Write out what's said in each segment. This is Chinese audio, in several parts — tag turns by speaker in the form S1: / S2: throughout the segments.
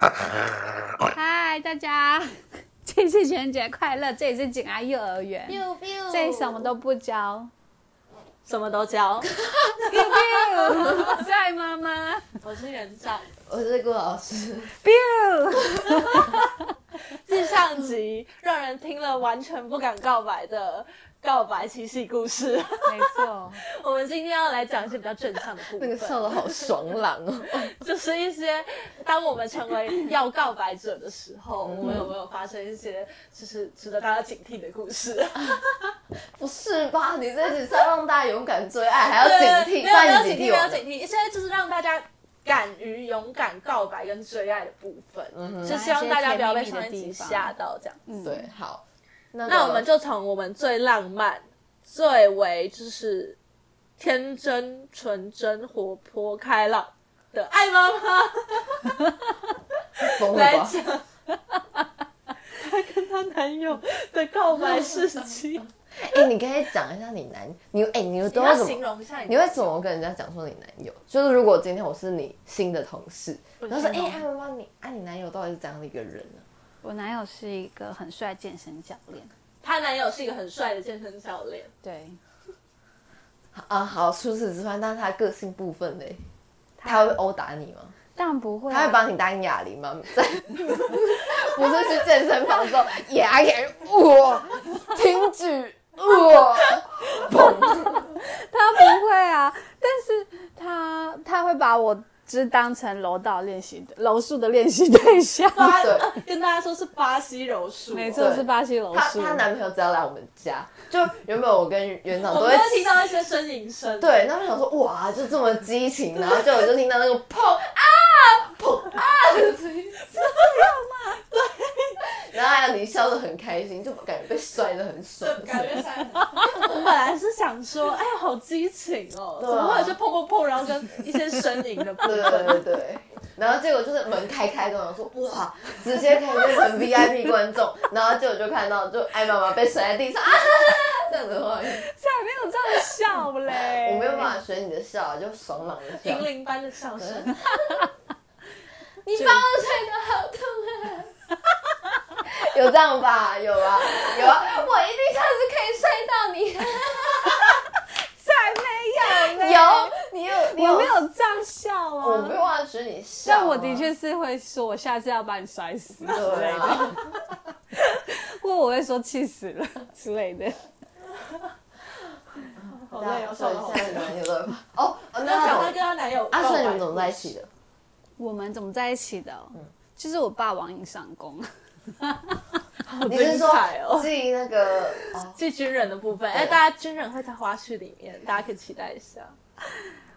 S1: 嗨，大家， 这次情人节快乐！这里是景安幼儿园，这里什么都不教，
S2: 什么都教。
S1: biu，在妈妈
S2: 我是袁绍。
S3: 我是顾老 师，
S1: biu，
S2: 自上集让人听了完全不敢告白的告白七夕故事，
S1: 没错，
S2: 我们今天要来讲一些比较正常的部
S3: 那个
S2: 分，
S3: 笑的好爽
S2: 啊
S3: 朗哦。
S2: 就是一些当我们成为要告白者的时候，
S3: 嗯
S2: 我们有没有发生一些就是值得大家警惕的故 事？
S3: 啊不是吧？你这只是要让大家勇敢追爱，还要警惕，
S2: 没有没有
S3: 犯
S2: 警
S3: 警
S2: 惕，没有警惕。现在就是让大家敢于勇敢告白跟追爱的部分，
S3: 嗯
S2: 就希望大家不要被上一集吓到这样。
S3: 惕。对，好，那
S2: 那我们就从我们最浪漫、最为就是天真、纯真、活泼、开朗的爱妈妈
S3: 疯了
S2: 来
S3: 吧？
S2: 讲，她跟她男友的告白事情。
S3: 哎，你可以讲一下你男，你哎，你都
S2: 你
S3: 要
S2: 要
S3: 怎
S2: 形
S3: 么？
S2: 容一下你
S3: 你会怎么跟人家讲说你男友？就是如果今天我是你新的同事，然后说
S2: 我知道
S3: 哎，艾妈妈，你啊，你男友到底是怎样的一个人啊呢？
S1: 我男友是一个很帅健身教练，
S2: 她男友是一个很帅的健身教练，
S1: 对，
S3: 啊，好，除此之外，那他个性部分嘞，他会殴打你吗？
S1: 但不会啊，
S3: 他会把你当哑铃吗？ 在不是去健身房之后，哑铃哇，挺举哇，砰！
S1: 他不会啊，但是他他会把我只当成柔道练习的柔术的练习对象，
S2: 巴
S3: 对
S2: 呃跟大家说是巴西柔术，哦
S1: 没错，是啊巴西柔
S3: 她
S1: 术。
S3: 她男朋友只要来我们家，就原本我跟园长
S2: 我
S3: 都
S2: 们
S3: 会
S2: 会听到一些呻吟声，
S3: 对，那我想说哇，就这么激情，然后就我就听到那个砰啊砰啊，是这样吗？对。然后还有你笑得很开心，就感觉被摔得很爽。
S2: 感觉上，我本来是想说，哎呀，好激情哦，
S3: 对啊
S2: 怎么会有些砰砰砰，然后跟一些呻吟的部
S3: 对
S2: 分？
S3: 对对。然后结果就是门开开跟我说哇，直接可以 变成 VIP 观众，然后结果就看到就艾妈妈被摔在地上啊， 这样的话，
S1: 才没有这样笑嘞！
S3: 我没有办法学你的笑，就爽朗的笑
S2: 银。铃般的笑 声，
S3: 你把我摔得好痛啊！有这样吧？有啊，有啊，我一定下次可以摔 到你。
S1: 才没有嘞！
S3: 有，你有，你有
S1: 我没？有这样笑啊，
S3: 我没有办法学你笑、啊。
S1: 但我的。确是会说，我下次要把你摔 死，
S3: 对啊，
S1: 或我会说气死了 之类的。
S2: 好
S3: 大
S2: 累
S3: 家
S2: 哦，
S3: 说
S2: 笑
S3: 一
S2: 得好啊
S3: 下你男友的吧。哦，哦
S2: 那讲她
S3: 那
S2: 跟她男友哦
S3: 阿
S2: 告白
S3: 顺，你们怎么在一起？的？
S1: 我们怎么在一起的哦？就是我爸网瘾上弓，
S3: 你是
S2: 精彩
S3: 说
S2: 哦
S3: 记那 个？哦，
S2: 这军人的部分，哎，大家军人会在花絮里面，大家可以期待一下。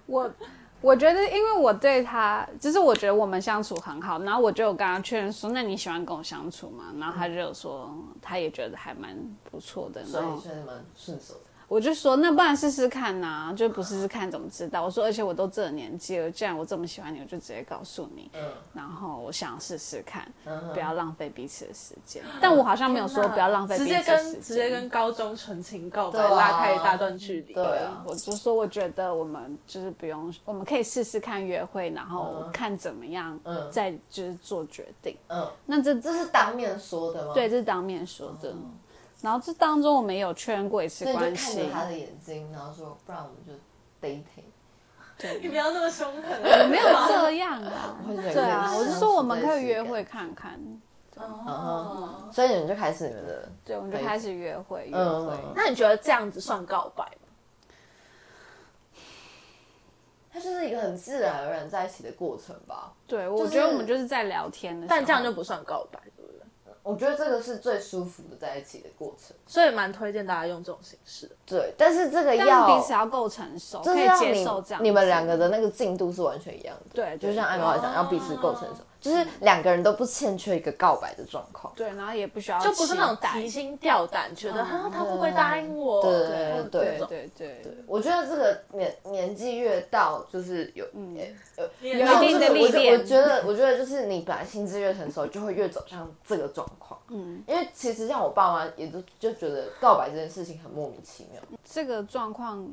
S1: 我我觉得，因为我对他，就是我觉得我们相处很好，然后我就有跟他确认说，那你喜欢跟我相处吗？然后他就有说，嗯他也觉得还蛮不错的。
S3: 所
S1: 然
S3: 以
S1: 后
S3: 你算是蛮顺手的。
S1: 我就说，那不然试试看呐、就不试试看怎么知道？我说，而且我都这个年纪了，既然我这么喜欢你，我就直接告诉你。
S3: 嗯
S1: 然后我想试试看，
S3: 嗯哼
S1: 不要浪费彼此的时间。但我好像没有说不要浪费
S2: 直
S1: 彼
S2: 接
S1: 此的时
S2: 跟
S1: 间，
S2: 直接跟高中纯情告白
S3: 对啊
S2: 拉开一大段距离。
S3: 对啊，
S1: 我就说，我觉得我们就是不用，我们可以试试看约会，然后看怎么样，
S3: 嗯
S1: 再就是做决定。
S3: 嗯，
S1: 那这
S3: 这是当面说的吗？
S1: 对，，这是当面说的。然后这当中我们也有确认过一次
S3: 所以
S1: 关
S3: 你就看
S1: 系
S3: 着，他的眼睛，然后说，不然我们就 dating。
S2: 你不要那么凶狠，啊
S1: 没有这样啊
S3: 我会忍。
S1: 对啊，
S3: 忍
S1: 我是
S3: 相
S1: 说
S3: 处
S1: 我们
S3: 在一
S1: 可以
S3: 起
S1: 约
S3: 感
S1: 会看看。
S2: 哦。
S3: 嗯所以你们就开始你们的，
S1: 对，我们就
S3: 可以
S1: 开始约会，约
S3: 嗯
S1: 会。
S3: 嗯嗯
S2: 那你觉得这样子算告白吗？
S3: 它就是一个很自然而然在一起的过程吧。
S1: 对，我
S3: 就是
S1: 觉得我们就是在聊天的时候，
S2: 但这样就不算告白，对不对？
S3: 我觉得这个是最舒服的在一起的过程。
S2: 所以蛮推荐大家用这种形式。
S3: 对，但是这个
S1: 但
S3: 要
S1: 彼此要够成熟，
S3: 就
S1: 可
S3: 是
S1: 以
S3: 要
S1: 接
S3: 你
S1: 受这样子。
S3: 你们两个的那个进度是完全一样的。
S1: 对对
S3: 就像艾玛讲，
S2: 哦
S3: 要彼此够成熟，就是两个人都不欠缺一个告白的状况。
S1: 对，然后也不需要
S2: 就不是那种
S1: 期待
S2: 提心吊胆，觉得啊他会不会答应我？
S3: 对
S2: 或者
S3: 对
S1: 对
S2: 这种
S1: 对对对，
S3: 我觉得这个年年纪越到，就是有
S1: 嗯
S3: 有
S2: 有
S3: 然后
S1: 一定的
S3: 就是我
S1: 历
S3: 觉
S1: 练
S3: 我觉得，我觉得就是你本来心智越成熟，就会越走向这个状况。嗯，因为其实像我爸妈也都就觉得告白这件事情很莫名 其妙。
S1: 这个状况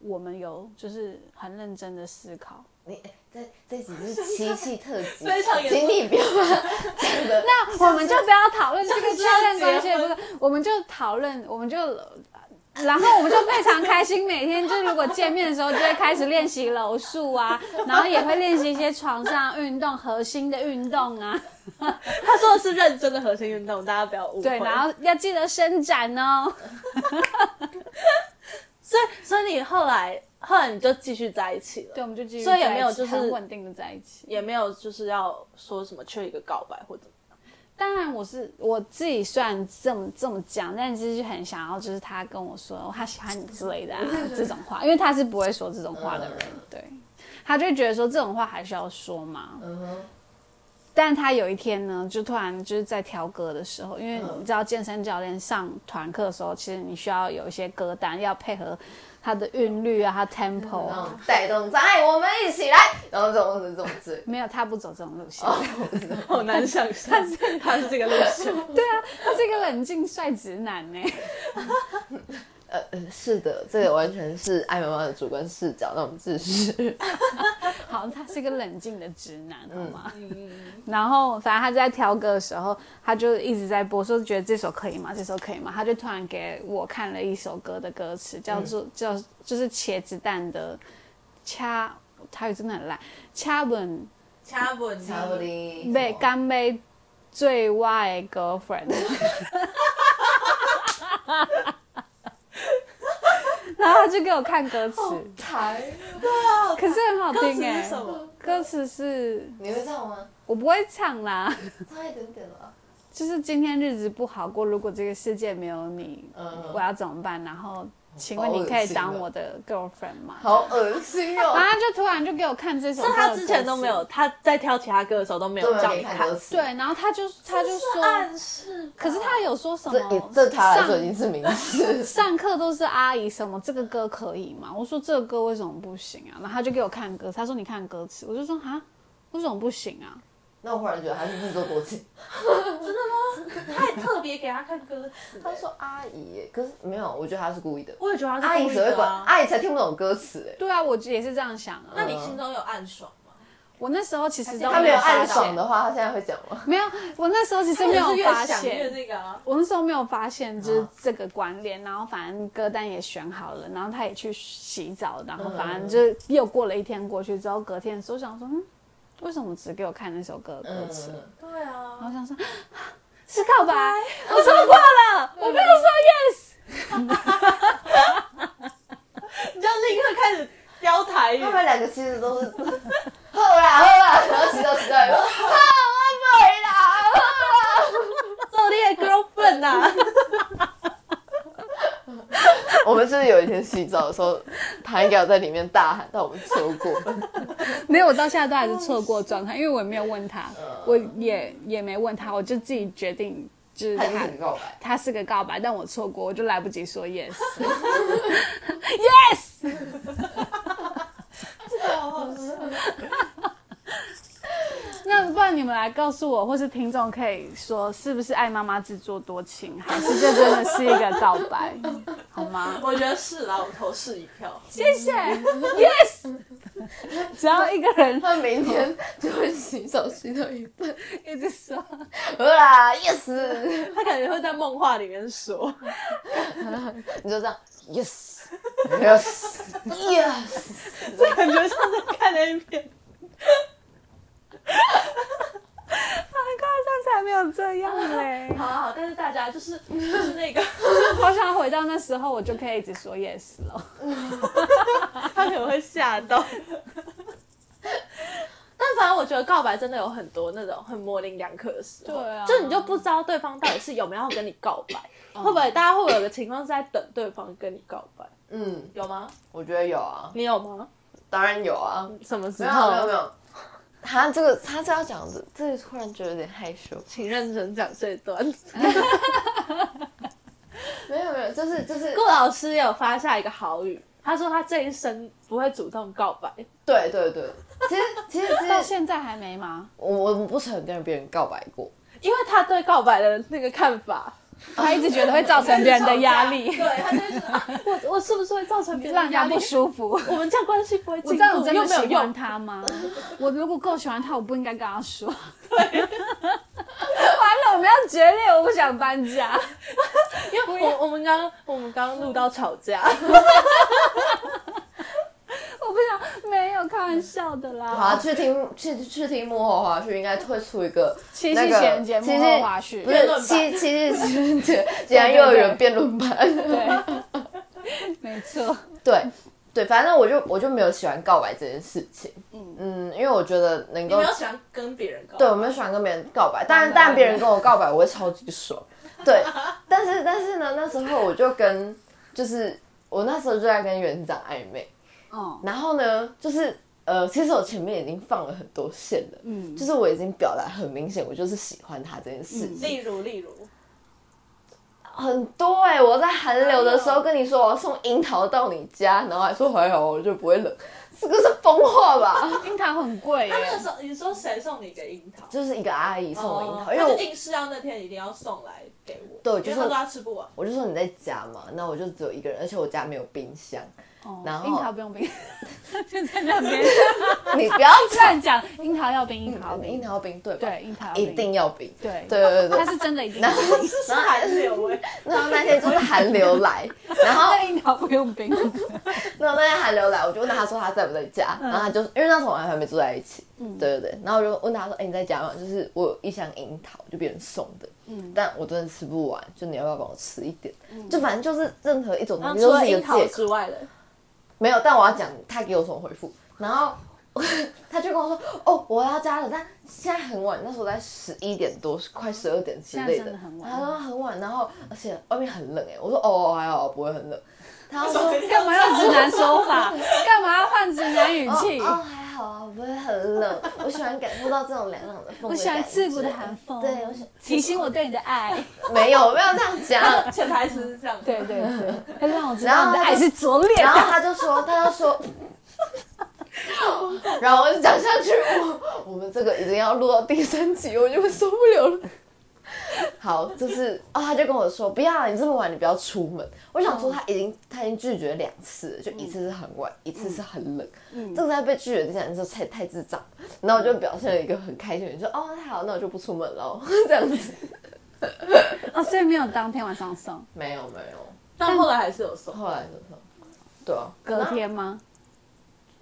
S1: 我们有就是很认真的思考，
S3: 你这这集是七夕特 辑，
S2: 非常严肃
S3: 请你不要把它讲的
S1: 那我们就不要讨论这个确认关系，
S2: 像
S1: 不
S2: 是要结婚
S1: 是，我们就讨论，我们就，然后我们就非常开心，每天就如果见面的时候就会开始练习柔术啊，然后也会练习一些床上运动、核心的运动啊，
S2: 他说的是认真的核心运动，大家不要误会。
S1: 对，然后要记得伸展哦。
S2: 所以 所以你后来后来你就继续在一起了，
S1: 对，我们就继续
S2: 所
S1: 在一起，
S2: 以也没有就是
S1: 很稳定的在一起。
S2: 也没有就是要说什么缺一个告白或者
S1: 当然，我是我自己虽然这么这么讲，但其实就很想要，就是他跟我说、哦他喜欢你之类的啊这种话，因为他是不会说这种话的人，对，他就会觉得说这种话还需要说嘛。
S3: 嗯哼，
S1: 但他有一天呢，就突然就是在调歌的时候，因为你知道健身教练上团课的时候，其实你需要有一些歌单，要配合他的韵律啊，他 tempo
S3: 然后
S1: 啊。
S3: 嗯带动障碍，我们一起来，然后这种这种之类的。
S1: 没有，他不走这种路线。
S2: 好难想象，他是这个路线。
S1: 对啊，他是一个冷静帅直男欸呢、
S3: 呃， 呃是的，这个完全是艾妈妈的主观视角。那我们继续。
S1: 好，他是一个冷静的直男，好吗？
S2: 嗯，
S1: 然后反正他在挑歌的时候，他就一直在播，说觉得这首可以吗？这首可以吗？他就突然给我看了一首歌的歌词，叫做、
S2: 嗯
S1: 叫就是茄子蛋的掐，台语真的很烂，掐稳
S2: 掐不你
S3: 差不离
S1: 被干杯最外 girlfriend。然后他就给我看歌词，
S3: 台，
S1: 可是很好
S2: 哦歌
S1: 听
S2: 词
S1: 哎、
S2: 是什 么？
S1: 歌词是
S3: 你会唱吗？
S1: 我不会唱啦。
S3: 差一点点了。
S1: 就是今天日子不好过，如果这个世界没有你，
S3: 嗯
S1: 我要怎么办？然后，请问你可以当我的 girlfriend 吗？
S3: 哦好恶心
S1: 然后
S3: 哦！
S1: 他就突然就给我看这首歌，
S2: 但他之前都没有，。他在挑其他歌的时候都没有
S3: 对，
S2: 这样
S3: 没看歌词。哎
S1: 对，，然后他就他就说，
S2: 暗示。
S1: 可是他有说什
S3: 这也
S1: 么？
S3: 这他来说已
S1: 上
S3: 经是名词。
S1: 上课都是阿姨什么这个歌可以吗？我说这个歌为什么不行啊？然后他就给我看歌词，他说你看歌词，我就说啊，为什么不行啊？
S3: 那我忽然觉得他是自作多情。
S2: 他也特别给他看歌 词。
S3: 他说阿姨耶，可是没有，我觉得他是故意的。
S2: 我也觉得
S3: 阿
S2: 他是
S3: 姨
S2: 故意
S3: 只会
S2: 的
S3: 管，
S2: 啊。
S3: 阿姨才听不懂歌词哎。
S1: 对啊，我也是这样想
S2: 那
S1: 啊。
S2: 你心中有暗爽吗？
S1: 我那时候其实都
S3: 他没
S2: 啊
S3: 有
S1: 发
S3: 暗爽
S1: 现，
S3: 的话，他现在会讲吗？
S1: 没有，我那时候其实没有
S2: 我是越
S1: 发
S2: 想
S1: 现
S2: 越。那个啊。
S1: 我那时候没有发现就是这个关联，然后反正歌单也选好了，然后他也去洗澡，然后反正就是又过了一天过去之后，隔天的时候想说，嗯，为什么只给我看那首歌的歌
S3: 嗯，
S1: 词？
S2: 对
S1: 然
S2: 啊，
S1: 后想说 啊是告白，我错过了，我没有说 yes。
S2: 你就立刻开始飙台语
S3: 他。们两个其实都是 喝啦喝啦，然后洗澡洗澡以后，啊我没啦。
S2: 狩猎 girlfriend 啊，
S3: 我们是不是有一天洗澡的时候，他应该有在里面大喊，但我们错过。
S1: 没有，我到现在都还是错过状态，因为我也没有问他，我也也没问他，我就自己决定，就是
S3: 他
S1: 他
S3: 已经很告白。
S1: 他是个告白，但我错过，我就来不及说 yes。那不然你们来告诉我，或是听众可以说，是不是爱妈妈自作多情，还是这真的是一个告 白，好吗？
S2: 我觉得是啦，我投是一票。
S1: 谢谢，yes。只要一个人
S3: 他每天就会洗澡洗到一半，
S1: 一直说，啊
S3: 喝啦 yes，
S2: 他感觉会在梦话里面说，
S3: 你就这样 yes yes yes，
S2: 这感觉像在看 A 片。
S1: 上次还没有这样嘞。
S2: 好好，但是大家 就是就是那个，
S1: 好想回到那时候，我就可以一直说 yes 了。
S2: 他可能会吓到。但反正我觉得告白真的有很多那种很模棱两可的时候，
S1: 对啊
S2: 就你就不知道对方到底是有没有要跟你告白，会不会大家会不会有个情况是在等对方跟你告白，
S3: 嗯，
S2: 有吗？
S3: 我觉得有啊，
S2: 你有吗？
S3: 当然有啊，
S2: 什么时
S3: 没有没有
S2: 候
S3: 没？有，他这个他这要讲的，这个突然觉得有点害羞，
S2: 请认真讲这一段。
S3: 没有没有，就是就是
S2: 顾老师也有发下一个好语，他说他这一生不会主动告白，
S3: 对对对，其实其实
S1: 到
S3: 其实
S1: 现在还没吗？
S3: 我我不曾跟别人告白过，
S2: 因为他对告白的那个看法
S1: 他一直觉得会造成别 人的压
S2: 对
S1: 力，
S2: 他就会觉得、啊、我我是不 是会造成别 人
S1: 让
S2: 的
S1: 人
S2: 压
S1: 家
S2: 力
S1: 不？舒服。
S2: 我们这样关系不会
S1: 我
S2: 进
S1: 这样
S2: 步，
S1: 子真
S2: 又
S1: 的
S2: 没有
S1: 喜欢
S2: 用。
S1: 他吗？ 我如果够喜欢他，我不应该跟他说。 完了，我们要决裂，我不想搬家。
S2: 因为我我们刚我们刚录到吵架，
S1: 我不想，没有开玩笑的啦。
S3: 好啊，去听去去听幕后花絮，应该会出一个
S1: 七
S3: 那
S1: 夕
S3: 个
S1: 贤节目
S3: 七夕
S1: 后花絮，
S3: 不
S2: 辩
S3: 是
S2: 论版
S3: 七七夕贤节，竟然又有人 辩论版。
S1: 对，没错，
S3: 对对，反正我就我就没有喜欢告白这件事情。
S1: 嗯
S3: 嗯，因为我觉得能
S2: 你
S3: 够
S2: 没有喜欢跟别人搞。
S3: 对，我没有喜欢跟别人告白，但但别人跟我告白，我会超级爽。对，但是但是呢，那时候我就跟就是我那时候就在跟园长暧昧，
S2: 哦
S1: 嗯
S3: 然后呢，就是呃，其实我前面已经放了很多线了，
S1: 嗯
S3: 就是我已经表达很明显，我就是喜欢他这件事情。
S2: 例如例如，
S3: 很多哎、我在寒流的时候跟你说我要送樱桃到你家，然后还说还好，我就不会冷，这个是疯话吧？
S1: 樱桃很贵耶
S2: 他，那时候你说谁送你一个樱桃？
S3: 就是一个阿姨送我樱桃，
S2: 哦
S3: 因为
S2: 他
S3: 我
S2: 就硬是要那天一定要送来给我，
S3: 对
S2: 因
S3: 就是
S2: 为他说他吃不完。
S3: 我就说你在家嘛，那我就只有一个人，而且我家没有冰 箱，
S1: 哦
S3: 然后
S1: 樱桃不用 冰，就在那边
S3: 你不要 哦
S1: 乱讲，樱桃要冰，樱桃要
S3: 讲樱
S1: 冰，
S3: 桃冰对吧？
S1: 对，樱桃要
S3: 一
S1: 冰
S3: 定要冰。
S1: 对
S3: 对对对
S1: 它
S3: 对，
S1: 是真的一定要
S3: 然
S1: 冰。
S3: 后
S2: 这是寒流哎，
S3: 然后那天就是寒流来，然后
S1: 那樱桃不用 冰，
S3: 然后那天寒流来，我就问他说他在不在家，
S2: 嗯
S3: 然后他就因为那时候我们还没住在一起，对对对，然后我就问他说，哎、你在家吗？就是我有一箱樱桃，就别人送的，
S2: 嗯
S3: 但我真的吃不完，就你要不要帮我吃一点？就反正就是任何一种
S2: 然
S3: 东西都
S2: 后除了
S3: 是一个
S2: 樱桃
S3: 借口，
S2: 之外 的，
S3: 没有，但我要讲他给我什么回复，然后 他就跟我说，哦，我要家了，但现在很晚，那时候在十一点多，快十二点之类
S1: 现在真
S3: 的
S1: 的很，晚
S3: 他说很晚，然后而且外面很冷哎、我说哦还好不会很冷，他 说。
S1: 干嘛用直男说法？干嘛要换直男语气？
S3: 哦，还好啊，不会很冷。我喜欢感受到这种凉凉的风。
S1: 我喜欢刺骨的寒风，
S3: 对，我喜
S1: 提醒我对你的爱。
S3: 没有，没有这样讲。
S2: 潜台词是这样。
S1: 对，对对，他让我知
S3: 然
S1: 道
S3: 后
S1: 你的
S3: 他就
S1: 爱是拙劣
S3: 然
S1: 的。
S3: 后他就说，他就说， 然后我就讲下去，我我们这个已经要录到第三集，我就受不了 了。好，就是哦，他就跟我说不要，你这么晚你不要出门。我想说他已经他已经拒绝两次了，就一次是很晚，一次是很冷。这个在被拒绝之前就太太智障了。然后我就表现了一个很开心的，就说哦，太好，那我就不出门了， 这样子。
S1: 哦，所以没有当天晚上送，
S3: 没有没有，
S2: 但后来还是有送，
S3: 后来就是，对啊，
S1: 隔天吗？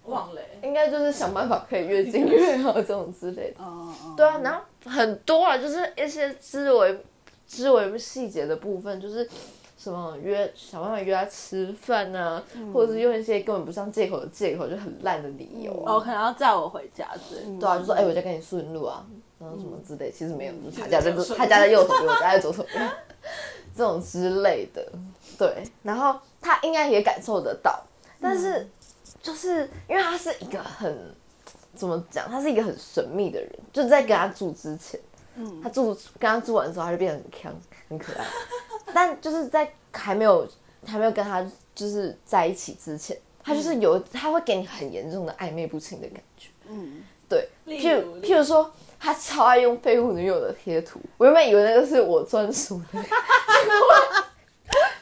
S2: 忘了欸。
S3: 应该就是想办法可以越近越好这种之类的。
S1: 哦哦，
S3: 对啊，然后很多啊，就是一些思维、思维细节的部分，就是什么约想办法约他吃饭啊，或者是用一些根本不像借口的借口，就很烂的理由啊。
S2: 哦，可能要载我回家之类的。
S3: 对啊，就说哎、我在跟你顺路啊，然后什么之类，其实没有，就是他家在
S2: 其实没有顺路
S3: 嗯他家在右手边，我家在左手边，这种之类的。对，然后他应该也感受得到，但是就是因为他是一个很怎么讲，他是一个很神秘的人，就是在跟他住之前，
S2: 嗯
S3: 他住跟他住完之后，他就变得很强，很可爱， 但就是在还没有还没有跟他就是在一起之前，他就是有
S2: 嗯
S3: 他会给你很严重的暧昧不清的感觉。
S1: 嗯，
S3: 对，
S2: 例
S3: 譬
S2: 如
S3: 如譬如说，他超爱用废物女友的贴图，我原本以为那个是我专属的，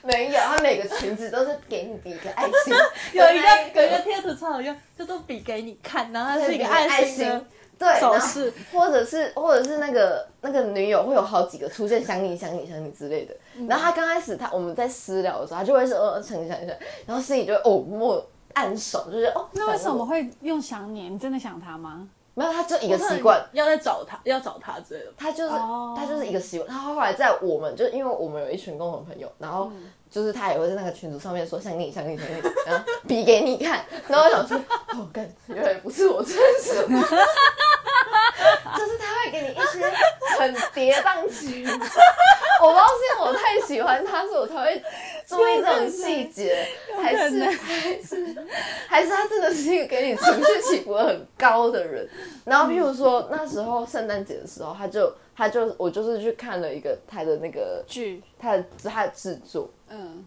S3: 没有，他每个裙子都是给你比一个爱心，
S2: 有一个有一个贴图超好用，就都比给你看，然后它是一个爱心的
S3: 爱心对，然后
S2: 手势，
S3: 或者是或者是那个那个女友会有好几个出现，想你想你想你之类的。
S2: 嗯
S3: 然后他刚开始他我们在私聊的时候，他就会说嗯想你想你想你，然后心里就会哦默暗爽，就是哦
S1: 那为什么
S3: 会
S1: 会用想你？你真的想他吗？
S3: 没有？他就一个习惯，
S2: 要再找他，要找他之类的吧。
S3: 他就是、
S1: 哦
S3: 他就是一个习惯。他后来在我们就因为我们有一群共同朋友，然后就是他也会在那个群组上面说想你想你想你，然后比给你看，然后我想说哦干，原来不是我真实的。就是他会给你一些很跌宕起伏，我不知道是因为我太喜欢他，所以我才会注意这种细节，还是还是 还是他真的是一个给你情绪起伏很高的人。然后，譬如说
S1: 嗯
S3: 那时候圣诞节的时候，他就他就我就是去看了一个他的那个
S1: 剧，
S3: 他的他的制作，
S1: 嗯，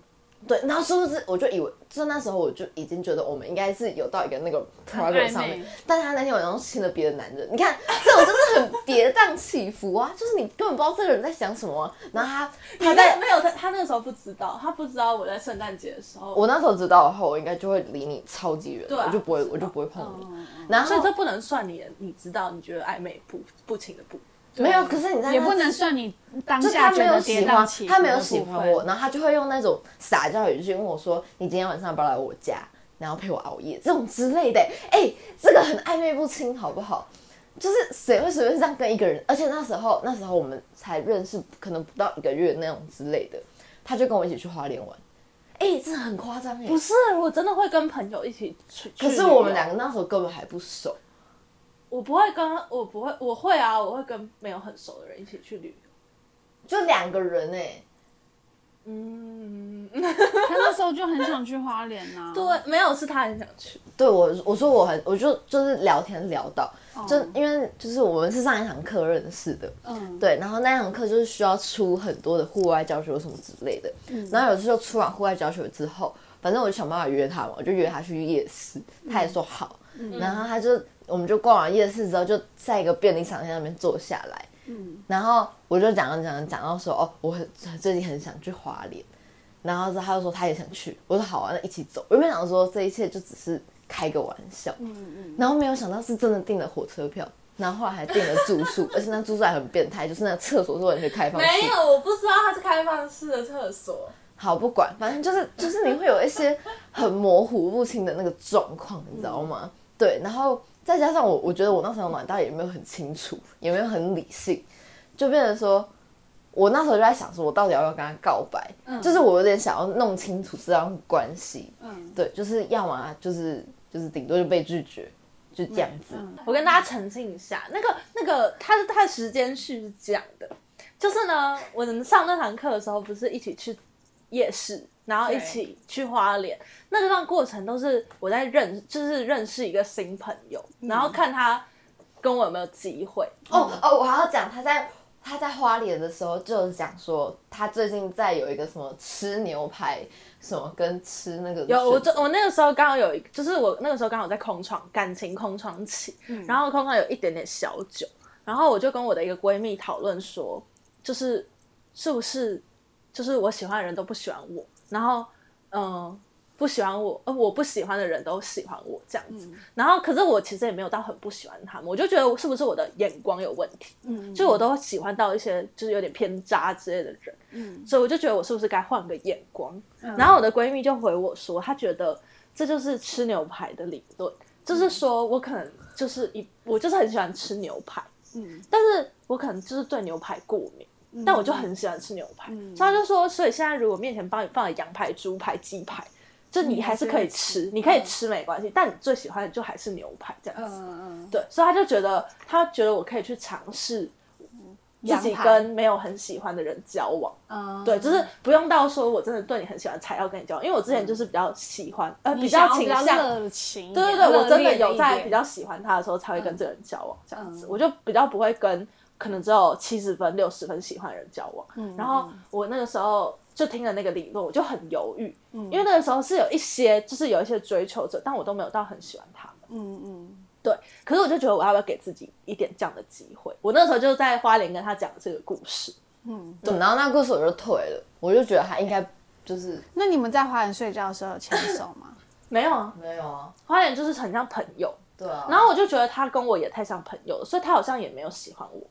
S3: 对，然后殊不知，我就以为，就那时候我就已经觉得我们应该是有到一个那个 progress 上
S1: 暧昧
S3: 面，但是他那天晚上亲了别的男人，你看这种真的很 跌宕起伏啊，就是你根本不知道这个人在想什么啊、然后他他
S2: 他
S3: 在
S2: 在没有他，他那个时候不知道，他不知道我在圣诞节的时候，
S3: 我那时候知道的话，我应该就会离你超级远，
S2: 对啊
S3: 我就不会，我就不会碰你。
S1: 嗯
S3: 然
S2: 所以
S3: 后
S2: 这不能算你你知道你觉得暧昧不不情的部分。
S3: 没有，可是你在
S1: 也
S3: 那
S1: 不能算你当
S3: 就
S1: 下
S3: 他
S1: 觉
S3: 没有
S1: 得跌
S3: 喜
S1: 宕
S3: 欢
S1: 起，伏
S3: 他没有
S1: 的
S3: 喜
S1: 部
S3: 欢
S1: 分
S3: 我，然后他就会用那种撒娇语气问我说：“你今天晚上要不要来我家，然后陪我熬夜？”这种之类的、哎、这个很暧昧不清，好不好？就是谁会随便这样跟一个人？而且那时候，那时候我们才认识，可能不到一个月那种之类的，他就跟我一起去花莲玩，哎、这很夸张哎
S2: 不。是，哦我真的会跟朋友一起去。
S3: 可
S2: 去
S3: 是
S2: 旅游
S3: 我们两个那时候根本还不熟，
S2: 我不会跟，我不会，我会啊，我会跟没有很熟的人一起去旅游。
S3: 就两个人哎、
S2: 嗯，
S1: 他那时候就很想去花莲呐、啊。
S2: 对，没有是他很想去，
S3: 对我，我说我很，我就就是聊天聊到，就因为就是我们是上一堂课认识的，
S1: 嗯，
S3: 对，然后那堂课就是需要出很多的户外教学或什么之类的。然后有时候出完户外教学之后，反正我就想办法约他嘛，我就约他去夜市，他也说好。然后他就我们就逛完夜市之后，就在一个便利商店那边坐下来。然后我就讲讲讲讲到说，哦，我很最近很想去花莲。然后之后他就说他也想去，我说好啊，那一起走。原本想说这一切就只是开个玩笑，
S2: 嗯
S3: 然后没有想到是真的订了火车票，然后后来还订了住宿，而且那住宿还很变态，就是那个厕所是完全开放式。
S2: 没有，我不知道他是开放式的厕所。
S3: 好，不管，反正就是就是你会有一些很模糊不清的那个状况，你知道吗？对，然后再加上我，我觉得我那时候脑袋也没有很清楚，也没有很理性，就变成说，我那时候就在想说，我到底要不要跟他告白？就是我有点想要弄清楚这段关系，
S1: 嗯
S3: 对，就是要么就是就是顶多就被拒绝，就这样子。
S2: 我跟大家澄清一下，那个那个，他的他的时间序是这样的，就是呢，我们上那堂课的时候，不是一起去夜市，然后一起去花莲，那段过程都是我在认，就是认识一个新朋友，然后看他跟我有没有机会。
S3: 哦哦，我还要讲他在他在花莲的时候，就是讲说他最近在有一个什么吃牛排，什么跟吃那个
S2: 有我
S3: 这
S2: 就我那个时候刚好有一个，就是我那个时候刚好在空窗感情空窗期，
S1: 嗯
S2: 然后空窗有一点点小酒，然后我就跟我的一个闺蜜讨论说，就是是不是就是我喜欢的人都不喜欢我，然后嗯、呃不喜欢我，呃我不喜欢的人都喜欢我这样子，
S1: 嗯
S2: 然后可是我其实也没有到很不喜欢他们，我就觉得是不是我的眼光有问题，
S1: 嗯
S2: 就我都喜欢到一些就是有点偏渣之类的人，
S1: 嗯
S2: 所以我就觉得我是不是该换个眼光？嗯然后我的闺蜜就回我说，她觉得这就是吃牛排的理论，就是说我可能就是一我就是很喜欢吃牛排，
S1: 嗯
S2: 但是我可能就是对牛排过敏，但我就很喜欢吃牛排，
S1: 嗯
S2: 所以她就说，所以现在如果面前帮你放了羊排、猪排、鸡排。就你还是可以
S1: 嗯
S2: 吃，你可以吃没关系，但你最喜欢的就还是牛排这样子。
S1: 嗯
S2: 对，所以他就觉得，他觉得我可以去尝试自
S1: 羊
S2: 己
S1: 排
S2: 跟没有很喜欢的人交往。
S1: 嗯，
S2: 对，就是不用到说我真的对你很喜欢才要跟你交往，因为我之
S1: 嗯
S2: 前就是比较喜欢，呃，比
S1: 比较
S2: 较倾向，
S1: 热情一
S2: 对
S1: 点，
S2: 对对，我真的
S1: 热烈
S2: 有
S1: 一
S2: 在
S1: 点
S2: 比较喜欢他的时候才会跟这个人交往，这样子，
S1: 嗯
S2: 我就比较不会跟可能只有七十分、六十分喜欢的人交往。
S1: 嗯
S2: 然后我那个时候就听了那个理论，我就很犹豫，
S1: 嗯
S2: 因为那个时候是有一些就是有一些追求者，但我都没有到很喜欢他们。
S1: 嗯嗯
S2: 对，可是我就觉得我要不要给自己一点这样的机会？我那时候就在花莲跟他讲这个故事，
S1: 嗯。
S3: 对，然后那故事我就退了，我就觉得他应该就是
S1: 那你们在花园睡觉的时候有牵手吗？
S2: 没有啊，
S3: 没有啊，
S2: 花莲就是很像朋友，
S3: 对啊，
S2: 然后我就觉得他跟我也太像朋友了，所以他好像也没有喜欢我，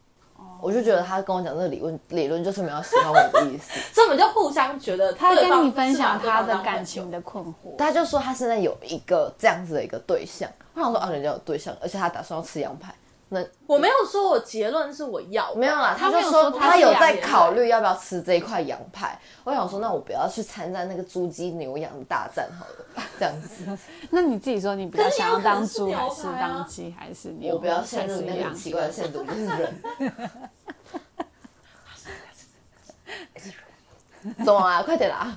S3: 我就觉得他跟我讲这个理论，理论就是没有喜欢我的意 思，
S2: 所以我们就互相觉得
S1: 他
S2: 他
S1: 跟你分享他的感情的困惑，
S3: 他就说他现在有一个这样子的一个对象，我想说啊，人家有对象，而且他打算要吃羊排，那
S2: 我没有说我结论是我要，
S3: 没有啦，
S1: 他
S3: 他
S1: 没
S3: 就
S1: 有说
S3: 说
S1: 他
S3: 他
S1: 是
S3: 有
S1: 羊
S3: 在
S2: 排
S3: 考虑要不要吃这一块羊排。我想说，那我不要去参加那个猪鸡牛羊大战好了，这样 子
S1: 那你自己说，你比较想要当猪
S2: 可是你有
S1: 还
S2: 可
S1: 是
S2: 能是牛
S1: 当
S2: 排啊
S1: 鸡，还是牛？
S3: 我不要陷
S1: 还
S3: 入
S1: 是
S3: 那种
S1: 羊？
S3: 奇怪的陷阱，我就是 人。怎么啦？啊快点啦！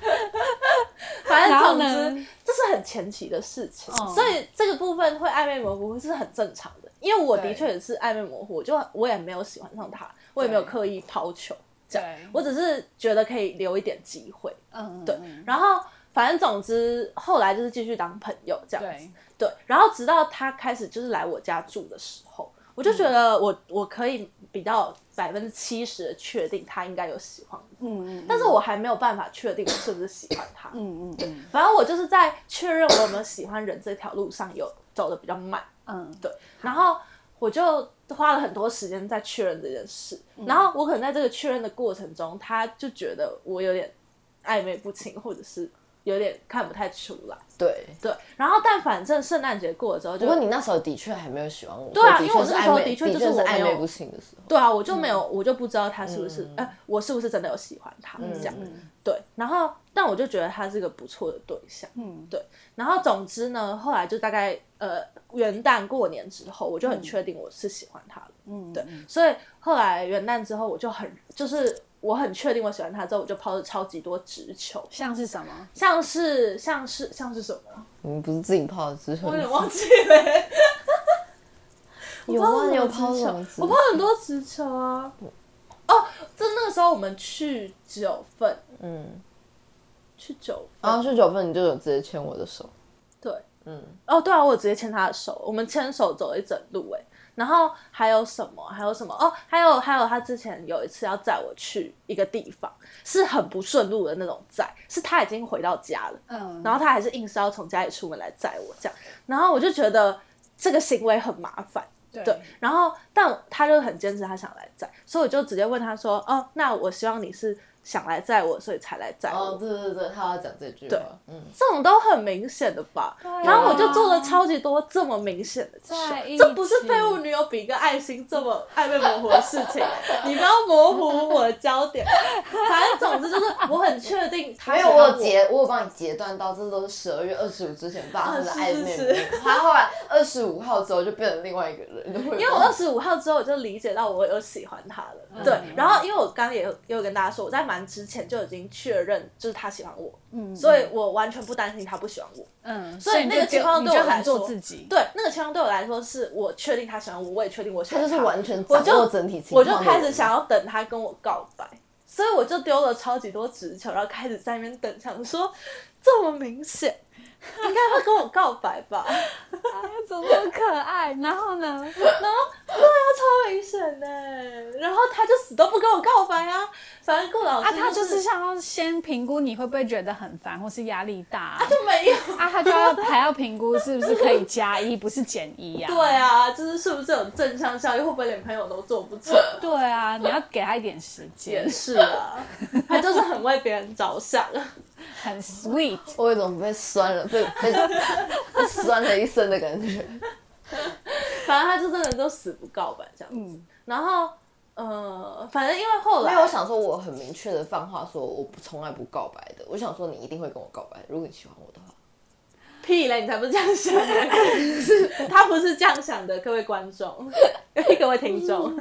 S2: 反正
S1: 然后
S2: 总
S1: 呢
S2: 之这是很前期的事情，
S1: 嗯
S2: 所以这个部分会暧昧模糊是很正常的，因为我的
S1: 对
S2: 确也是暧昧模糊，我就我也没有喜欢上他，我也没有刻意抛球，这样
S1: 对
S2: 我只是觉得可以留一点机会，
S1: 嗯，
S2: 对
S1: 嗯，
S2: 然后。反正总之后来就是继续当朋友这样子
S1: 对。
S2: 对，然后直到他开始就是来我家住的时候，我就觉得我、我可以比较百分之七十的确定他应该有喜欢我，
S1: 嗯嗯
S2: 但是我还没有办法确定我是不是喜欢他。
S1: 嗯嗯嗯
S2: 反正我就是在确认我有没有喜欢人这条路上有走的比较慢，
S1: 嗯，
S2: 对，然后我就花了很多时间在确认这件事，然后我可能在这个确认的过程中，他就觉得我有点暧昧不清，或者是有点看不太出来，
S3: 对。
S2: 对，然后但反正圣诞节过了之后
S3: 不
S2: 就
S3: 过你那时候的确还没有喜欢我，
S2: 对啊
S3: 所以
S2: 因为我
S3: 确是
S2: 那时候
S3: 暧昧
S2: 的确就是
S3: 是
S2: 我没
S3: 暧
S2: 有
S3: 昧不清的时候。
S2: 对啊，我就没有，我就不知道他是不是，哎、我是不是真的有喜欢他、这样？
S1: 嗯
S2: 对，然后但我就觉得他是个不错的对象，嗯，对。然后总之呢，后来就大概呃元旦过年之后，我就很确定我是喜欢他了，嗯，对。所以后来元旦之后，我就很就是我很确定我喜欢他之后，我就抛了超级多直球，
S1: 像是什么？
S2: 像是像是像是什么？
S3: 你们不是自己泡的之后，
S2: 我有点忘记了、
S3: 有
S2: 我
S3: 啊，
S2: 有
S3: 你有泡什么
S2: 直
S3: 之
S2: 球？我泡很多直球啊。哦，就那个时候我们去九份，
S3: 嗯，哦
S2: 去九份，
S3: 然后去九份你就有直接牵我的手，
S2: 对，
S3: 嗯，
S2: 哦，对啊，我有直接牵他的手，我们牵手走一整路、欸，然后还有什么？还有什么？哦，还有还有，他之前有一次要载我去一个地方，是很不顺路的那种载，是他已经回到家了，
S1: 嗯，
S2: 然后他还是硬是要从家里出门来载我这样，然后我就觉得这个行为很麻烦，对，然后但他就很坚持他想来载，所以我就直接问他说：“哦，那我希望你是想来载我，所以才来载我。
S3: 哦，对对对，他要讲这句话，嗯，
S2: 这种都很明显的吧？然后我就做了超级多这么明显的事
S1: 在啊一，起
S2: 这不是废物女友比一个爱心这 么暧昧模糊的事情，你不要模糊我的焦点。反正总之就是我很确定他
S3: 没
S2: 喜
S3: 有，
S2: 欢
S3: 我有截，我有帮你截断到，这都是十二月二十五之前
S2: 啊
S3: 发生的暧昧模糊，他后来二十五号之后就变成另外一个人，因
S2: 因为我二十五号之后，我就理解到我有喜欢他了。
S3: 嗯
S2: 对，然后因为我刚刚也有也有跟大家说，我在蛮之前就已经确认就是他喜欢我，所以我完全不担心他不喜欢我。
S1: 嗯，
S2: 所以
S1: 你
S2: 那
S1: 就
S2: 个情况
S1: 你
S2: 对我
S1: 就
S2: 来
S1: 很
S2: 说，
S1: 做自己，
S2: 对那个情况对我来说，是我确定他喜欢我，我也确定我喜
S3: 他
S2: 欢
S3: 就是完全
S2: 我
S3: 掌握
S2: 就
S3: 整体情
S2: 我
S3: 况的
S2: 就
S3: 人，
S2: 开始想要等他跟我告白，所以我就丢了超级多直球，然后开始在那边等，想说这么明显，应该会跟我告白吧？
S1: 怎么可爱？然后呢？
S2: 啊超明显呢、然后他就死都不跟我告白啊，反正顾老师、
S1: 啊，他就是
S2: 是
S1: 想要先评估你会不会觉得很烦或是压力大啊、
S2: 就没有。
S1: 啊，他就要还要评估是不是可以加一，不是减一呀、
S2: 对啊，就是是不是有正向效应？会不会连朋友都做 不成？
S1: 对啊，你要给他一点时间
S2: 也，是啊，他就是很为别人着想啊。
S1: 很 sweet。
S3: 我有一种被酸了，被 被被酸了一身的感觉。
S2: 反正他就真的都死不告白这样子。然后呃，反正因为后
S3: 没
S2: 来
S3: 有，我想说，我很明确的放话说，我不从来不告白的。我想说，你一定会跟我告白，如果你喜欢我的话。
S2: 屁嘞，你才不是这样想 的，他不是这样想的，各位观众， 各位听众，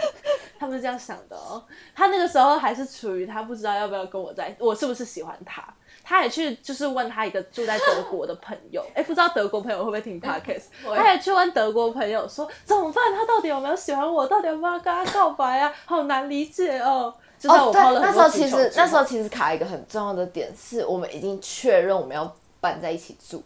S2: 他不是这样想的哦。他那个时候还是处于他不知道要不要跟我在，我是不是喜欢他。他也去就是问他一个住在德国的朋友， 哎、不知道德国朋友会不会听 podcast？他也去问德国朋友说怎么办？他到底有没有喜欢我？到底有没有跟他告白啊？好难理解哦。就在我
S3: 对
S2: 抛，了
S3: 那
S2: 很
S3: 时候
S2: 多
S3: 其
S2: 气球
S3: 实
S2: 之后
S3: 那时候其实卡一个很重要的点，是我们已经确认我们要搬在一起住。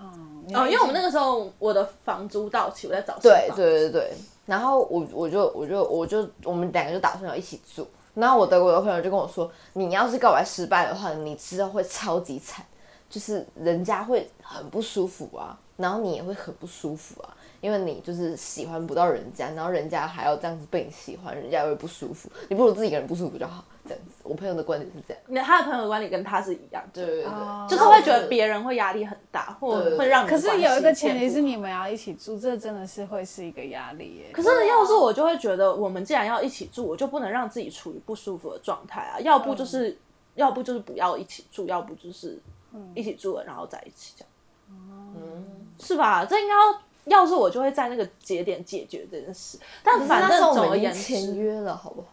S1: 嗯，
S2: 哦，因为我们那个时候我的房租到期，我在找新
S3: 对
S2: 房
S3: 对对对，然后我我就我就我就我们两个就打算要一起住。然后我德国的朋友就跟我说，你要是告白失败的话，你之后会超级惨，就是人家会很不舒服啊，然后你也会很不舒服啊，因为你就是喜欢不到人家，然后人家还要这样子被你喜欢，人家也会不舒服，你不如自己一个人不舒服就好，这样子。我朋友的观点是这样，
S2: 你他的朋友观里跟他是一样的，
S3: 对对对，
S1: 哦
S2: 就是
S1: 然后
S2: 会觉得别人会压力很大，或
S3: 对对
S2: 会让你
S1: 可
S2: 的
S1: 是
S2: 关系
S1: 有一个前提
S2: 变
S1: 是
S2: 不
S1: 你们要一起住，这真的是会是一个压力耶。
S2: 好。可
S3: 啊
S2: 是要是我就会觉得，我们既然要一起住，我就不能让自己处于不舒服的状态啊！要不就是，
S3: 嗯
S2: 要不就是不要一起住，要不就是一起住了然后在一起这样，
S3: 嗯，
S2: 是吧？这应该要，要是我就会在那个节点解决这件事。但反
S3: 那时
S2: 正
S3: 候
S2: 总
S3: 我
S2: 而
S3: 们已
S2: 言
S3: 经
S2: 之
S3: 签，约了，好不好？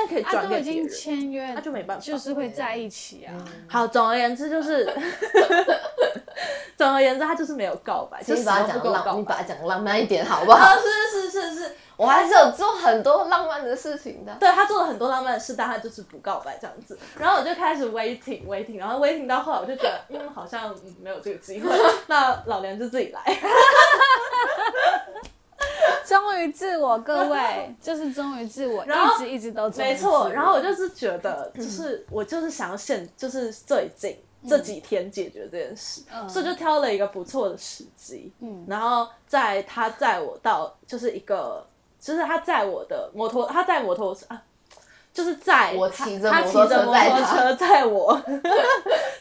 S2: 但可以
S1: 啊，
S2: 转
S1: 都
S2: 给
S1: 已
S2: 别
S1: 经
S2: 人。
S1: 签约，
S2: 那就没办法嗯
S1: 就是会在一起啊。
S2: 好，总而言之就是， 总而言之他就是没有告白，就
S3: 你
S2: 是
S3: 把它
S2: 不
S3: 讲
S2: 跟我
S3: 浪，
S2: 告白
S3: 你。把它讲浪漫一点，好不好？
S2: 啊，是是是是，
S3: 我还是有做很多浪漫的事情的。
S2: 对他做了很多浪漫的事，但他就是不告白这样子。然后我就开始 waiting waiting，然后 waiting 到后来我就觉得，嗯，好像嗯没有这个机会，那老梁就自己来。
S1: 忠于自我，各位就是忠于自我，
S2: 然后
S1: 一直一直都忠于
S2: 没
S1: 自我
S2: 错，然后我就是觉得，
S3: 嗯
S2: 就是我就是想要现，就是最近这几天解决这件事，
S3: 嗯
S2: 所以就挑了一个不错的时机。嗯，然后在他载我到，就是一个，就是他载我的摩托，他载摩托车啊，就是载
S3: 我
S2: 他
S3: 骑着
S2: 他
S3: 摩
S2: 骑
S3: 托
S2: 着
S3: 车
S2: 摩
S3: 载
S2: 托
S3: 他
S2: 车载我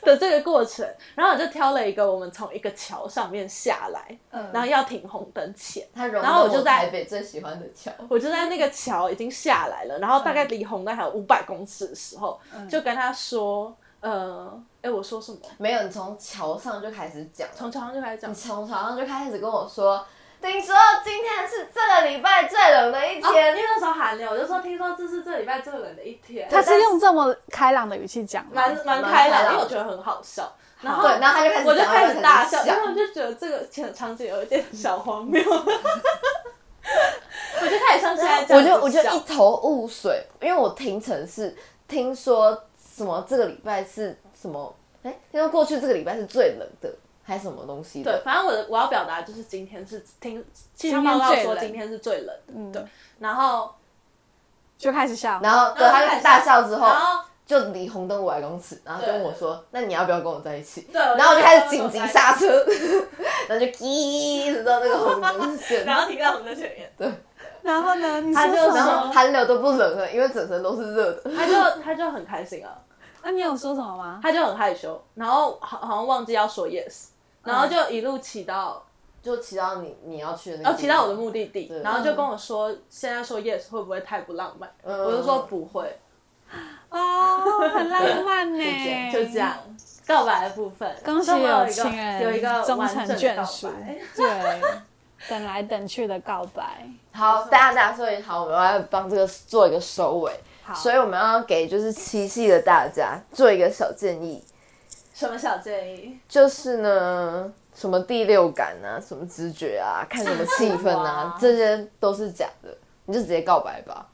S2: 的这个过程，然后我就挑了一个我们从一个桥上面下来，
S3: 嗯
S2: 然后要停红灯前，
S3: 他融
S2: 然后
S3: 入
S2: 我就
S3: 我
S2: 在
S3: 台北最喜欢的桥，
S2: 我就在那个桥已经下来了，然后大概离红灯还有五百公尺的时候，就跟他说，呃，哎，我说什么？
S3: 没有你从桥上就开始讲了，
S2: 从桥上就开始讲
S3: 你，从桥上就开始跟我说，听说今天是这个礼拜最冷的一
S2: 哦因
S3: 天，
S2: 为那时候寒流，我就说听说这是这礼拜最冷的一天，
S1: 他是用这么开朗的语气讲吗？
S2: 蛮蛮开朗的，因为我觉得很好笑。然后
S3: 对然后他就开始
S2: 我就
S3: 讲
S2: 开始大笑，
S3: 他就开
S2: 因
S3: 始笑
S2: 为我就觉得这个场场景有一点小荒谬， 我就开始像现在这
S3: 我
S2: 样
S3: 就
S2: 子
S3: 我就
S2: 笑
S3: 一头雾水，因为我听成是听说什么这个礼拜是什么，哎，听说过去这个礼拜是最冷的，还是什么东西
S2: 对，
S3: 的，
S2: 反正我的我要表达就是今天是听，其
S1: 今
S2: 实
S1: 天
S2: 报告
S1: 最
S2: 说
S1: 冷
S2: 今天是最冷的，
S3: 嗯
S2: 对。然后
S1: 就开始笑。
S3: 然后对
S2: 然 后
S3: 他就
S2: 开
S3: 开
S2: 始
S3: 始大笑之后
S2: 然。后
S3: 就离红灯五百公尺，然后跟我说：“那你要不要跟我在一起？”
S2: 对我就
S3: 然后我就开
S2: 跟
S3: 始紧
S2: 我在
S3: 急
S2: 一起
S3: 刹车，然后就滴，一直到那个红灯线，
S2: 然后停在我们的前面，
S1: 然后呢？你说
S2: 他就
S1: 什
S3: 然
S1: 么？
S3: 后寒流都不冷了，因为整身都是热的。
S2: 他就他就很开心啊，
S1: 那你有说什么吗？
S2: 他就很害羞，然后好好像忘记要说 yes，然后就一路骑到，
S3: 就骑到你你要去的那个，
S2: 然后哦骑到我的目的地，
S3: 对
S2: 然后就跟我说现在说 yes 会不会太不浪漫？
S3: 嗯
S2: 我就说不会，
S1: 哦，很浪漫呢、
S3: 这样
S2: 就这样。告白的部分，
S1: 恭喜
S2: 终于有一个
S1: 情人
S2: 有一个
S1: 终
S2: 完
S1: 成
S2: 整的
S1: 眷
S2: 告
S1: 属
S2: 白。，
S1: 对，等来等去的告白。
S3: 好，大家大家所以好，我们要帮这个做一个收尾。
S1: 好，
S3: 所以我们要给就是七夕的大家做一个小建议，
S2: 什么小建议？
S3: 就是呢，什么第六感啊，什么直觉啊，看什么气氛
S2: 哇
S3: 啊，这些都是假的，你就直接告白吧。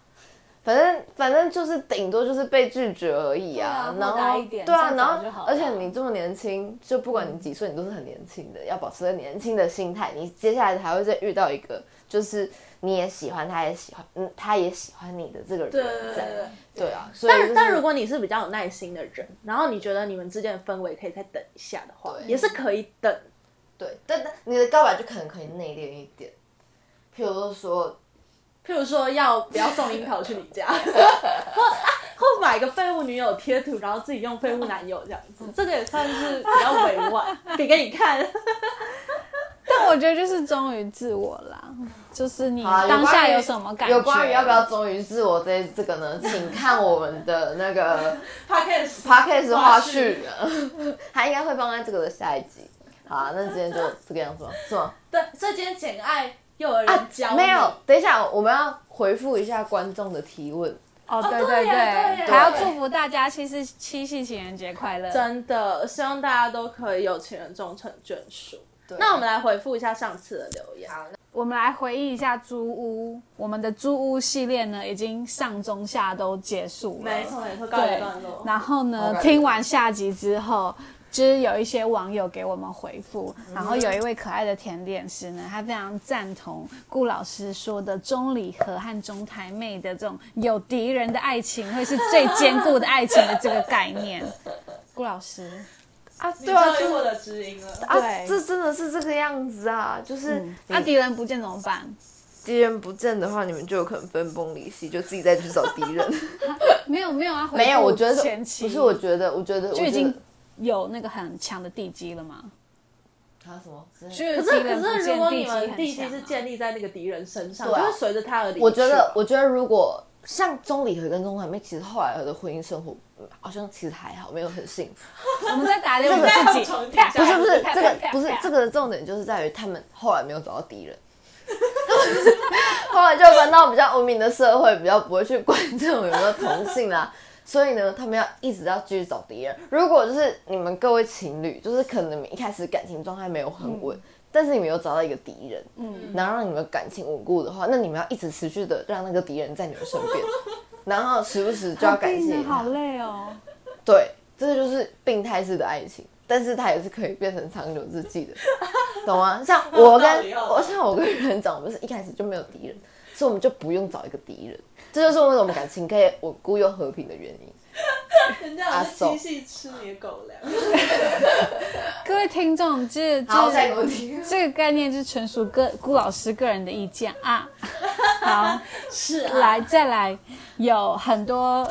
S3: 反正反正就是顶多就是被拒绝而已啊，
S2: 对啊
S3: 然
S2: 豁达
S3: 后
S2: 一点
S3: 对啊，
S2: 这样
S3: 然
S2: 讲就好
S3: 后
S2: 了嗯
S3: 而且你这么年轻，就不管你几岁，你都是很年轻的，要保持年轻的心态。你接下来还会再遇到一个，就是你也喜欢，他也喜欢，嗯，他也喜欢你的这个人，
S2: 对对
S3: 这
S2: 对
S3: 样
S2: 对。
S3: 对啊。所以、就
S2: 但
S3: 是、
S2: 但如果你是比较有耐心的人，然后你觉得你们之间的氛围可以再等一下的话，
S3: 对
S2: 也是可以等
S3: 对，但但你的告白就可能可以内敛一点，譬如说
S2: 譬如说要不要送樱桃去你家， 或啊或买个废物女友贴图，然后自己用废物男友这样子，这个也算是比较委 婉，比给你看。
S1: 但我觉得就是忠于自我啦，就是你
S3: 啊
S1: 当下有什么感觉？哦
S3: 有关于要不要忠于自我这这个呢，请看我们的那 个
S2: Podcast
S3: podcast 花絮， 他应该会放在这个的下一集。好啊、那今天就这个样子吗？是吗？
S2: 对，这间简爱幼儿园教、
S3: 没有，等一下我们要回复一下观众的提问。
S1: 哦，对
S2: 对
S1: 对
S2: 呀对呀
S1: 还要祝福大家七夕七夕情人节快乐。
S2: 真的，希望大家都可以有情人终成眷属。
S3: 对
S2: 那我们来回复一下上次的留言。
S3: 好，
S1: 我们来回忆一下租屋，我们的租屋系列呢，已经上中下都结束了。
S2: 没错没错，告一
S1: 对
S2: 段落。。
S1: 然后呢，
S3: OK
S1: 听完下集之后，就是有一些网友给我们回复，
S3: 嗯
S1: 然后有一位可爱的甜点师呢，他非常赞同顾老师说的钟礼和和钟台妹的这种有敌人的爱情会是最坚固的爱情的这个概 念。顾老师，
S3: 啊，对啊，
S2: 你终于
S3: 就
S2: 获
S3: 是
S2: 得知音了。
S3: 啊，
S1: 对嗯
S3: 这真的是这个样子啊，就是
S1: 那
S3: 你
S1: 敌人不见怎么办？
S3: 敌人不正的话，你们就有可能分崩离析，就自己再去找敌人。
S1: 没有没有啊，回
S3: 没有，
S1: 顾
S3: 我觉得
S1: 前期
S3: 不是，我觉得，我觉得我
S1: 就已
S3: 觉
S1: 经
S3: 得
S1: 有那个很强的地基了嘛。
S3: 啊什么之类的？
S1: 可
S2: 可是可是，如果你们地基是建立在那个敌人身上，
S3: 对啊
S2: 就会随着他而离去吧。
S3: 我觉得，我觉得如果像钟理和跟钟海妹，其实后来的婚姻生活嗯好像其实还好，没有很幸福。
S1: 我们在打脸我们
S2: 这个
S1: 自 己，
S2: 在
S3: 不是不 是，
S1: 啪
S3: 这个不是这。
S1: 啪啪啪啪
S3: 个的重点，就是在于他们后来没有找到敌人， 后来就搬到比较文明的社会，比较不会去管这种有没有同性啦、所以呢，他们要一直要继续找敌人。如果就是你们各位情侣，就是可能你们一开始感情状态没有很稳，但是你们有找到一个敌人，
S1: 嗯
S3: 然后让你们感情稳固的话，那你们要一直持续的让那个敌人在你们身边，然后时不时就要感谢
S1: 病人好
S3: 他。
S1: 累哦。
S3: 对，这就是病态式的爱情，但是它也是可以变成长久之计的，懂吗？像我跟
S2: 很有道理哦
S3: 我像我跟园长，我们是一开始就没有敌人，所以我们就不用找一个敌人，这就是为什么感情可以稳固又和平的原因。
S2: 人家有
S3: 阿
S2: 是
S3: 松
S2: 七夕吃你的狗粮，
S1: 各位听众，这
S3: 好，下一
S1: 这
S3: 个问题。
S1: 这个概念是纯属个顾老师个人的意见 啊。好，
S2: 是
S1: 来再来，有很多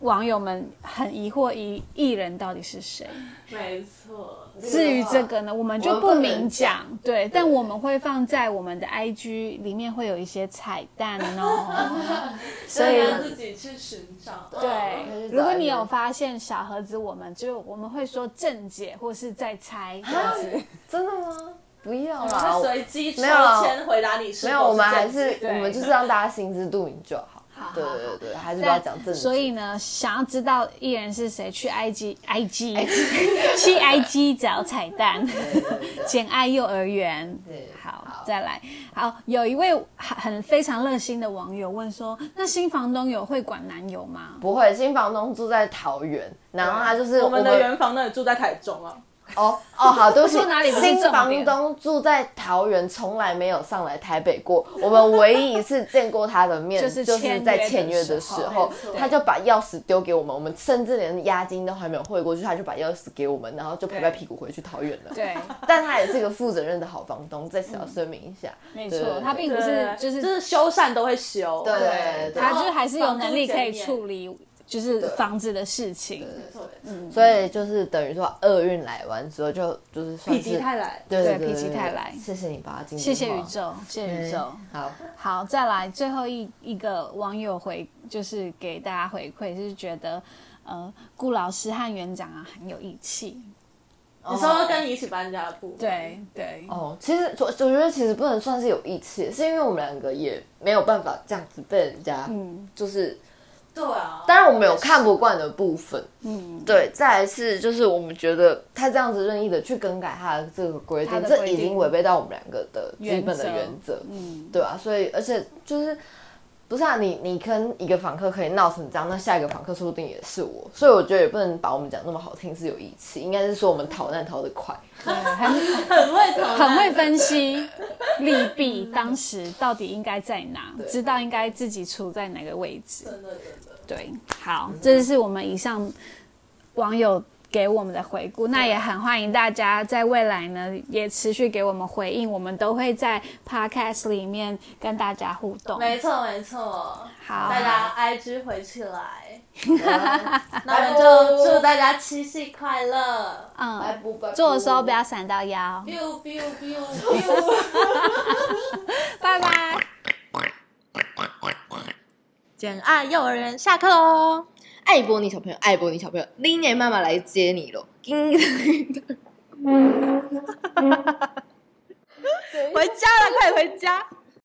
S1: 网友们很疑惑艺艺人到底是谁。
S2: 没错，
S1: 至于这 个呢，我们就不明讲，对，但
S3: 对
S1: 啊我们会放在我们的 IG 里面会有一些彩蛋哦。 所以
S2: 大
S3: 啊
S2: 家自己去寻找。嗯
S3: 可
S1: 对，
S3: 以去找
S1: 如果你有发现小盒子，我们就我们会说正解或是在猜这样子。
S3: 真的吗？不要
S2: 我
S3: 啦，
S2: 会
S3: 我
S2: 随机抽
S3: 没有啊
S2: 签回答你是
S3: 没
S2: 否
S3: 有，我们还
S2: 正
S3: 是
S2: 解
S3: 我们就是让大家心知肚明就好。对对对，还是不要讲正经。
S1: 所以呢，想要知道艺人是谁，去 IG IG 去 IG 找彩蛋。
S3: 对对对对
S1: 简爱幼儿园
S3: 对。
S1: 好，
S3: 好
S1: 再来。好，有一位很很非常热心的网友问说：“那新房东有会管男友吗
S3: 不会，新房东住在桃园，然后他就是
S2: 我们的原房那里住在台中啊，
S3: 哦哦，好，对 不起
S1: 说哪里不是
S3: 新
S1: 重
S3: 房
S1: 点
S3: 东住在桃园，从来没有上来台北过。 我们唯一一次见过他的面，
S1: 就是
S3: 就是在
S1: 签
S3: 签
S1: 约
S3: 约
S1: 的
S3: 的
S1: 时
S3: 时
S1: 候
S3: 候
S2: 没错，
S3: 他就把钥匙丢给我们，我们甚至连押金都还没有汇过去，他就把钥匙给我们，然后就拍拍屁股回去桃园？”了。
S1: 对，
S3: 但他也是一个负责任的好房东，在此要声明一下。
S1: 没
S3: 对
S1: 错，
S3: 对
S1: 他并不是就
S2: 就是是修缮都会修，
S3: 对呃对
S1: 他
S3: 然
S1: 就是还是有能力可以
S2: 理。
S1: 处理就是房子的事情。
S2: 没错没错
S3: 所以就是等于说厄运来完之后，就就是算
S2: 否
S3: 是
S2: 极泰来，
S3: 对对
S1: 对否极泰来
S3: 谢谢你把它进，
S1: 谢谢宇宙，谢谢宇宙。
S3: 哎好，
S1: 好，再来最后一一个网友回，就是给大家回馈，是觉得呃顾老师和园长啊很有义气。
S3: 你
S2: 你说跟你一起搬家的部，，
S1: 对对，
S3: 哦，其实我我觉得其实不能算是有义气，是因为我们两个也没有办法这样子被人家，
S1: 嗯
S3: 就是
S2: 对啊，
S3: 当然我们有看不惯的部分，
S1: 嗯，
S3: 对，再来是就是我们觉得他这样子任意的去更改他的这个规
S1: 他
S3: 定，
S1: 的规
S3: 这
S1: 定
S3: 已经违背到我们两个的基
S1: 原
S3: 本的
S1: 则
S3: 原则，
S1: 嗯，
S3: 对啊，所以而且就是不是啊，你你跟一个访客可以闹成这样，那下一个访客说不定也是我，所以我觉得也不能把我们讲那么好听是有义气，应该是说我们逃难逃得快，
S1: 对很
S2: 很会投，
S1: 很会分析利弊，当时到底应该在哪，知道应该自己处在哪个位置。
S2: 真的真的，
S1: 对，好，这就是我们以上网友给我们的回顾。那也很欢迎大家在未来呢，也持续给我们回应，我们都会在 podcast 里面跟大家互动。
S2: 没错没错，
S1: 好，
S2: 大家 IG 回去来，
S3: 拜
S2: 那我们就祝大家七夕快乐
S1: 嗯，
S3: 不拜
S1: 做的时候不要闪到腰，
S2: ，biu biu biu biu。
S1: 拜拜。
S2: 简爱幼儿园下课喽！
S3: 爱波尼小朋友，爱波尼小朋友，林年妈妈来接你喽！ 叮
S2: 回家了，快回家！